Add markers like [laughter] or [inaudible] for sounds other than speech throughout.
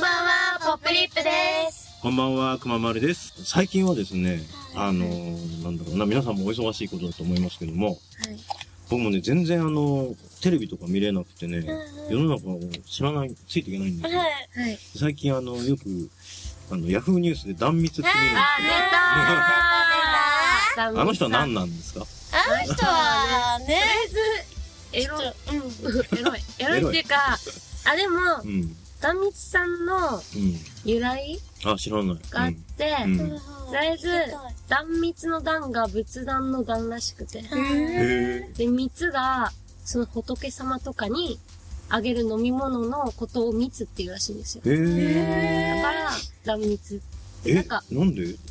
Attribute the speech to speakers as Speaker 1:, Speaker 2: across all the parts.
Speaker 1: ポップリップです。
Speaker 2: こんばんは、くままるです。最近はですね、あのー、なんだろうな、皆さんもお忙しいことだと思いますけども、
Speaker 1: はい
Speaker 2: 僕もね、全然あの、テレビとか見れなくてね、
Speaker 1: うん
Speaker 2: 世の中を知らない、ついていけないんですよ。
Speaker 1: はい。
Speaker 2: 最近あの、よく、あの、ヤフーニュースで断蜜って見るんです
Speaker 1: あ、出た
Speaker 2: け [laughs] ど、あの人は何なんですか
Speaker 1: ー出たーあの人はね、
Speaker 3: エロい。エロい。エロいっていうか、あ、でも、
Speaker 2: うん、
Speaker 3: 壇蜜さんの
Speaker 2: う
Speaker 3: 由来
Speaker 2: ん。あ、知らない。
Speaker 3: があって、
Speaker 2: うん。うん、
Speaker 3: と
Speaker 2: へ
Speaker 3: りあえず壇蜜の壇が仏壇の壇らしくて。
Speaker 1: うん
Speaker 2: え。
Speaker 3: で、蜜が、その仏様とかにあげる飲み物のことを蜜っていうらしいんですよ。
Speaker 2: へ
Speaker 3: だ
Speaker 2: え。
Speaker 3: から、壇蜜。
Speaker 2: え、
Speaker 3: な
Speaker 2: なん
Speaker 3: んか
Speaker 2: で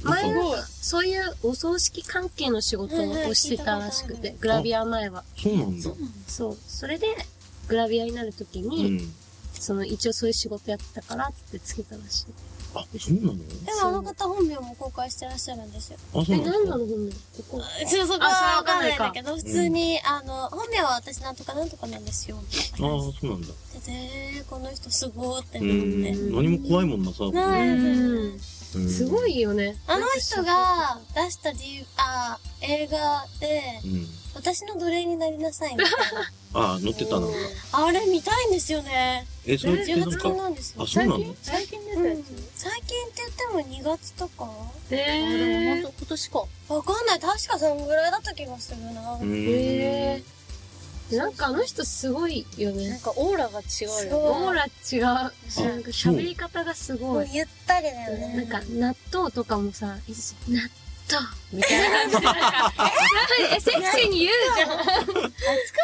Speaker 3: 前
Speaker 2: なんか、
Speaker 3: も、そういうお葬式関係の仕事をしてたらしくて、グラビア前は。
Speaker 2: そうなんだ。
Speaker 3: そう。それで、グラビアになるとき
Speaker 2: う
Speaker 3: に、
Speaker 2: ん。
Speaker 3: その一応そういう仕事やってたからってつけたらしい。
Speaker 2: あ、そうなの
Speaker 4: でもあの方本名も公開してらっしゃるんですよ。
Speaker 2: あ、そう
Speaker 3: え、
Speaker 2: な
Speaker 3: 何
Speaker 2: んです
Speaker 3: な
Speaker 2: か
Speaker 3: の本名ここ。
Speaker 4: ちょっとそこはわかんないんだ
Speaker 3: あそ
Speaker 4: けど、普通に、あの、本名は私なんとかなんとかなんですよ。
Speaker 2: あー、そうなんだ。
Speaker 4: で、えーこの人すごーって
Speaker 2: う
Speaker 4: なって。
Speaker 2: ん。何も怖いもんなさ。僕
Speaker 4: な
Speaker 2: ね
Speaker 4: い
Speaker 3: うん。
Speaker 2: うん
Speaker 3: すご。いよね。
Speaker 4: あの人が出した理由、あー、映画で、
Speaker 2: うん。
Speaker 4: 私の奴隷になりなさいみたいな。
Speaker 2: あー、乗ってたなんか。
Speaker 4: あれ見たいんですよね。
Speaker 2: え、それってなん
Speaker 4: 18
Speaker 2: か
Speaker 4: 禁、なんですよ
Speaker 2: あ、。そうなの
Speaker 5: 最近出
Speaker 4: う
Speaker 5: たや
Speaker 4: ん最近って言っても2月とか
Speaker 5: つ。
Speaker 3: え
Speaker 5: ほんと、今年か。
Speaker 4: わかんない。確かそのぐらいだった気がするな。
Speaker 2: うん
Speaker 3: へー。なんかあの人すごいよ
Speaker 5: なん
Speaker 3: ね。
Speaker 5: かオーラが違うよね。
Speaker 3: オーラ違う。なんか
Speaker 2: そう
Speaker 3: 喋り方がす
Speaker 4: も
Speaker 3: ご
Speaker 4: う
Speaker 3: い。
Speaker 4: ゆったりだよね。
Speaker 3: なんか納豆とかもさ、いつ納豆みたいな感じでなんか。 [laughs] え、セクシーに言うじゃん。
Speaker 5: 作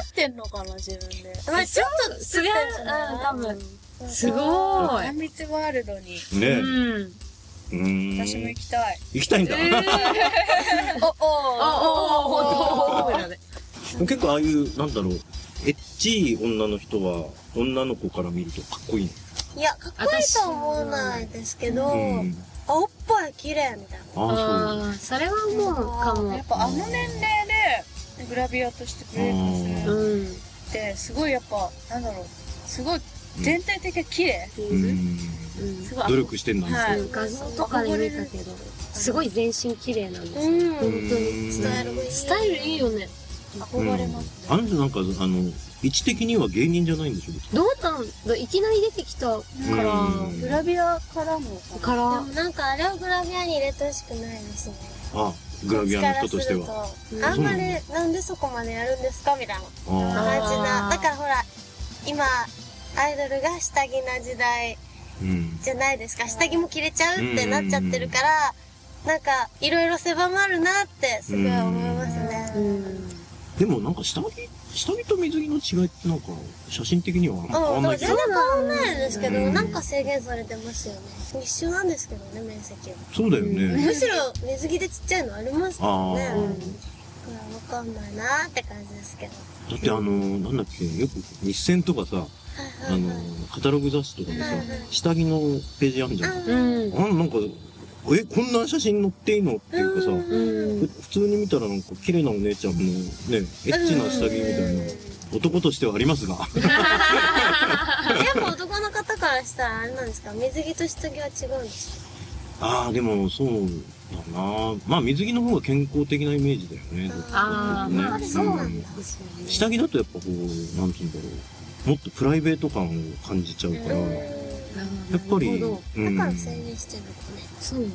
Speaker 5: ってんのかな、自分で。
Speaker 4: まあ、ちょっと
Speaker 3: すげえ、うん、多分。
Speaker 4: うん
Speaker 3: すご
Speaker 5: あ
Speaker 3: い。
Speaker 5: みつワールドに。
Speaker 2: ね
Speaker 3: うん。
Speaker 2: え。うん。
Speaker 5: 私も行きたい。
Speaker 2: 行きたいんだ。
Speaker 4: お、
Speaker 3: [laughs] お
Speaker 4: お、
Speaker 3: おおお
Speaker 2: 結構ああいう、なんだろう、エッチい女の人は、女の子から見るとかっこいい
Speaker 4: いや、かっこいいとは思わないですけど、
Speaker 2: の。
Speaker 4: あ。おっぱい綺麗みたいな。
Speaker 2: ああ、
Speaker 3: ああ、それはもう
Speaker 5: や
Speaker 3: か
Speaker 5: っぱあの年齢でグラビアとしてブレイクす
Speaker 3: も。
Speaker 5: る
Speaker 3: うん。
Speaker 5: って、すごいやっぱ、なんだろう、すごい全体的に綺麗。
Speaker 2: そう。うん。
Speaker 3: うん
Speaker 5: すごい。
Speaker 2: 努力してんだね。
Speaker 5: はい
Speaker 3: 画像とかで見たけど、すごい全身綺麗なんですよ。
Speaker 4: ん
Speaker 3: 本当に。
Speaker 4: スタイルがいい。
Speaker 3: スタイルいいよね。
Speaker 5: 憧れます
Speaker 2: あ
Speaker 5: ね。
Speaker 2: の人なんか、あの、位置的には芸人じゃないんでしょ
Speaker 3: どうなんだいきなり出てきたか
Speaker 2: うん
Speaker 5: グラビアからも
Speaker 3: ら、
Speaker 5: か
Speaker 3: か
Speaker 5: な。
Speaker 4: でも、
Speaker 3: ら
Speaker 4: なんかあれをグラビアに入れてほしくないですね。
Speaker 2: あ、グラビアの人としては。
Speaker 4: は。あんまり、なんでそこまでやるんですかみたいな
Speaker 2: あ
Speaker 4: 感じな。
Speaker 3: あー
Speaker 4: だからほら、今、アイドルが下着な時代
Speaker 2: ーうん。
Speaker 4: じゃないですか。下着も着れちゃうってなっちゃってるから、なんか、いろいろ狭まるなって、すごい思いますね。
Speaker 3: うん。
Speaker 2: でもなんか下着、下着と水着の違いってなんか、写真的にはあんま変わ
Speaker 4: うんん、
Speaker 2: ない
Speaker 4: 全
Speaker 2: け
Speaker 4: 然
Speaker 2: ど、
Speaker 4: 変わんないですけど、
Speaker 2: うん
Speaker 4: なんか制限されてますよね。一緒なんですけどね、面積は。
Speaker 2: そうだよね。
Speaker 4: むしろ水着でちっちゃいのありますけどね。
Speaker 2: あ
Speaker 4: だ
Speaker 2: ー
Speaker 4: か
Speaker 2: うん
Speaker 4: らわかんないなーって感じですけど。
Speaker 2: だってあのー、なんだっけ、よく日戦とかさ、
Speaker 4: は
Speaker 2: あ
Speaker 4: い
Speaker 2: の
Speaker 4: はいはい。
Speaker 2: ー、カタログ雑誌とかでさ
Speaker 4: はいはい、
Speaker 2: 下着のページあんじゃん。
Speaker 3: う
Speaker 4: うん
Speaker 3: [laughs] ん。
Speaker 2: あなんか、え、こんな写真載っていいのっていうかさ、
Speaker 4: うん
Speaker 3: うん
Speaker 2: ふ。普通に見たらなんか綺麗なお姉ちゃんのね、エッチな下着みたいな、男としてはありますが。
Speaker 4: やっぱ男の方からしたらあれなんですか水着と下着は違うんです
Speaker 2: ああ、でもそうだなまあ水着の方が健康的なイメージだよね。
Speaker 4: か
Speaker 3: ああ、
Speaker 2: ね
Speaker 3: まあそうなんだ。
Speaker 2: 下着だとやっぱこう、なんて言うんだろう。もっとプライベート感を感じちゃうから、
Speaker 4: う
Speaker 2: や
Speaker 4: ん
Speaker 3: や
Speaker 2: っぱり、うん、
Speaker 4: だか
Speaker 2: や
Speaker 4: ら
Speaker 2: っ
Speaker 4: 制限してるのかね
Speaker 3: そうなの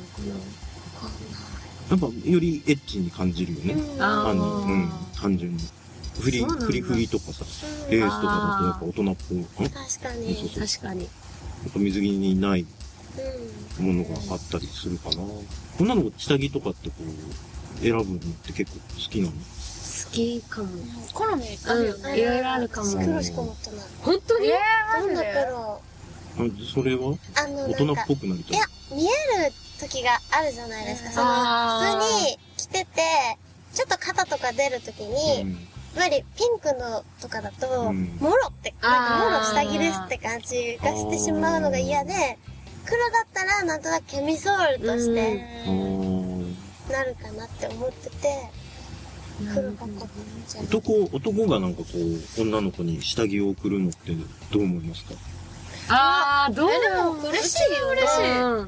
Speaker 3: か
Speaker 2: ぱよりエッチに感じるよね。
Speaker 4: うん
Speaker 3: あー
Speaker 2: 単に、うん、単純に。フリ、
Speaker 3: そうなんだ
Speaker 2: フリフリとかさ、
Speaker 4: うん
Speaker 2: レースとかだとやっぱ大人っぽい。んや
Speaker 4: 確か
Speaker 2: そう
Speaker 4: に
Speaker 2: そう
Speaker 3: な。確かに。
Speaker 2: っぱ水着にない
Speaker 4: うん
Speaker 2: ものがあったりするかな。女の子下着とかってこう、選ぶのって結構好きなの
Speaker 3: 好きかも。
Speaker 5: 好みあるよ
Speaker 3: うん。い
Speaker 5: ね。
Speaker 3: ろいろあるかも。
Speaker 4: 黒しか持ってない
Speaker 3: 本当に
Speaker 4: どんな黒
Speaker 2: あそれは
Speaker 4: あの
Speaker 2: 大
Speaker 4: な
Speaker 2: 人
Speaker 4: ん
Speaker 2: っ
Speaker 4: か
Speaker 2: ぽくなりた
Speaker 4: い
Speaker 2: い
Speaker 4: や。見える時があるじゃないですかそ
Speaker 3: あー
Speaker 4: の普通に着ててちょっと肩とか出るときに、
Speaker 2: うん
Speaker 4: やっぱりピンクのとかだと、
Speaker 2: うん
Speaker 4: もろって、なんかもろ
Speaker 3: あー
Speaker 4: 下着ですって感じがしてしまうのが嫌で、黒だったらなんとなくケミソールとして
Speaker 2: あー
Speaker 4: なるかなって思ってて、黒ばっかじゃない
Speaker 2: 男、男がなんかこう、女の子に下着を送るのってどう思いますか
Speaker 3: ああ、どう
Speaker 5: えでも嬉
Speaker 1: しいよね。
Speaker 3: 嬉し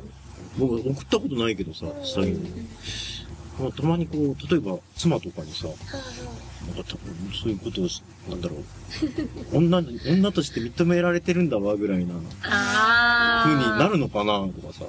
Speaker 3: い。
Speaker 2: 僕送ったことないけどさ、下着に。まあ、たまにこう、例えば妻とかにさ、なんかたそういうことをし、なんだろう。 [laughs] 女に、女として認められてるんだわ、ぐらいな、
Speaker 3: あ
Speaker 2: 風に
Speaker 3: ー
Speaker 2: なるのかな、とかさ。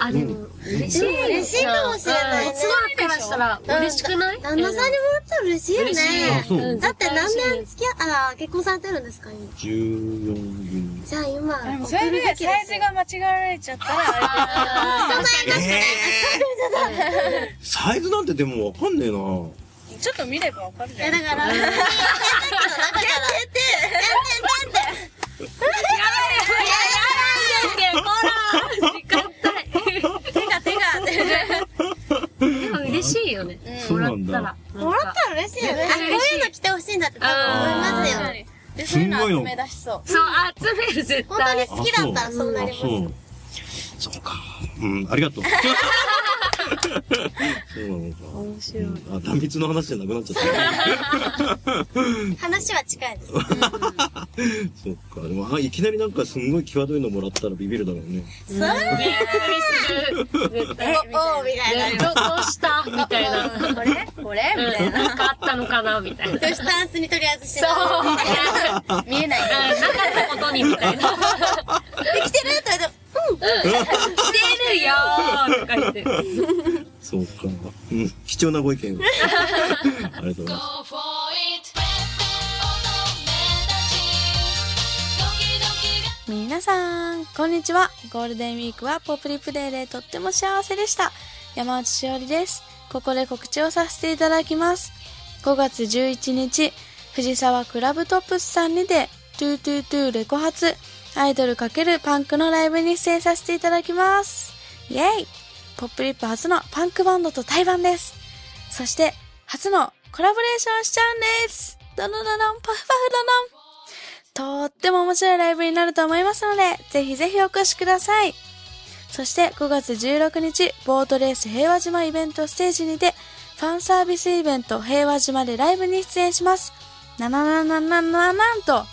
Speaker 4: あ
Speaker 3: あ、でも、嬉し
Speaker 4: う
Speaker 3: い。
Speaker 4: ん嬉しいかもしれないね
Speaker 3: うん妻からしたら
Speaker 4: ー
Speaker 3: 嬉しくない
Speaker 4: うん旦那さんにもらったら嬉しいよね
Speaker 3: 嬉しい
Speaker 2: あ、そう。
Speaker 4: だって何年付き合あら結婚されてるんですか今
Speaker 2: 14分。
Speaker 4: じゃあ今
Speaker 5: でもそ
Speaker 4: 送る
Speaker 5: れ
Speaker 4: べ
Speaker 5: で
Speaker 4: き
Speaker 5: サイ
Speaker 4: です
Speaker 5: ズが間違われちゃったらあれ
Speaker 3: あー
Speaker 2: えーサイズなんてでもわかんねえな。
Speaker 5: だけどちょっと見ればわかるじゃ
Speaker 4: え
Speaker 5: ん。
Speaker 4: だから限定限定限定
Speaker 3: でも嬉しいよね。
Speaker 2: そ
Speaker 3: も
Speaker 2: う
Speaker 3: ら
Speaker 2: な
Speaker 3: っ
Speaker 2: ん
Speaker 3: た
Speaker 2: だ
Speaker 3: ら。。
Speaker 4: もらったら嬉しいよねあこういうの着てほしいんだって多分思いますよ
Speaker 3: あ
Speaker 5: で、そういうの集め出しそう。
Speaker 3: そう、集める、絶
Speaker 4: 本当に
Speaker 3: 対。
Speaker 4: 好きだったらそうなります
Speaker 2: あそうそうか。うん、あ
Speaker 4: [laughs]
Speaker 2: りがとう。そうなのか。
Speaker 3: 面白い。
Speaker 2: うんあ、断蜜の話じゃなくなっちゃった。
Speaker 4: 話は近いです
Speaker 2: [laughs] そっか。でも、あ、いきなりなんかすんごい際どいのもらったらビビるだろうね。
Speaker 4: そうね
Speaker 3: 絶
Speaker 4: お
Speaker 3: 対。
Speaker 4: おみたい
Speaker 3: ね
Speaker 4: な
Speaker 3: どどうしたみたいな。
Speaker 4: [laughs]
Speaker 5: うんこれこれみた
Speaker 3: う
Speaker 5: い
Speaker 3: ん、なんかあったのかなみたいな。うん
Speaker 4: 女子タンスにとりあえずし
Speaker 3: そ
Speaker 4: ま
Speaker 3: う。
Speaker 4: う
Speaker 3: うんなか
Speaker 5: な。見えない。
Speaker 3: ったことにみたいな。
Speaker 4: できてるって言われても
Speaker 3: 出るよーとか言って。
Speaker 2: そうか。うん、貴重なご意見 [laughs] を。ありがとうございま
Speaker 6: Go for
Speaker 2: す。
Speaker 6: it! 乙女たちドキドキが
Speaker 7: 皆さん、こんにちは。ゴールデンウィークはポプリプレイでとっても幸せでした。山内しおりです。ここで告知をさせていただきます。5月11日、藤沢クラブトップスさんにて、トゥートゥートゥーレコ発、アイドル×パンクのライブに出演させていただきます。イェイポップリップ初のパンクバンドと対バンです。そして、初のコラボレーションしちゃうんですドノドノンパフパフドノンとっても面白いライブになると思いますので、ぜひぜひお越しください。そして5月16日、ボートレース平和島イベントステージにて、ファンサービスイベント平和島でライブに出演します。なななななななんと、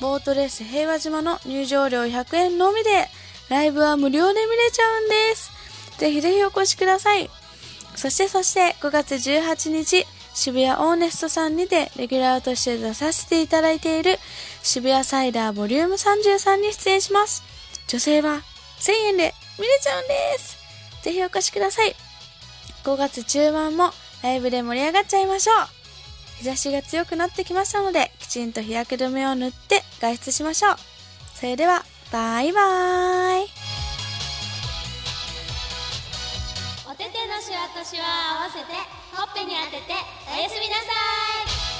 Speaker 7: ボートレース平和島の入場料100円のみで、ライブは無料で見れちゃうんです。ぜひぜひお越しください。そしてそして5月18日、渋谷オーネストさんにてレギュラーとして出させていただいている渋谷サイダーボリューム33に出演します。女性は1000円で見れちゃうんです。ぜひお越しください。5月中盤もライブで盛り上がっちゃいましょう。日差しが強くなってきましたので、きちんと日焼け止めを塗って外出しましょう。それでは、バイバーイ。
Speaker 1: お手手のしわとしわを合わせて、ほっぺに当てて、おやすみなさい。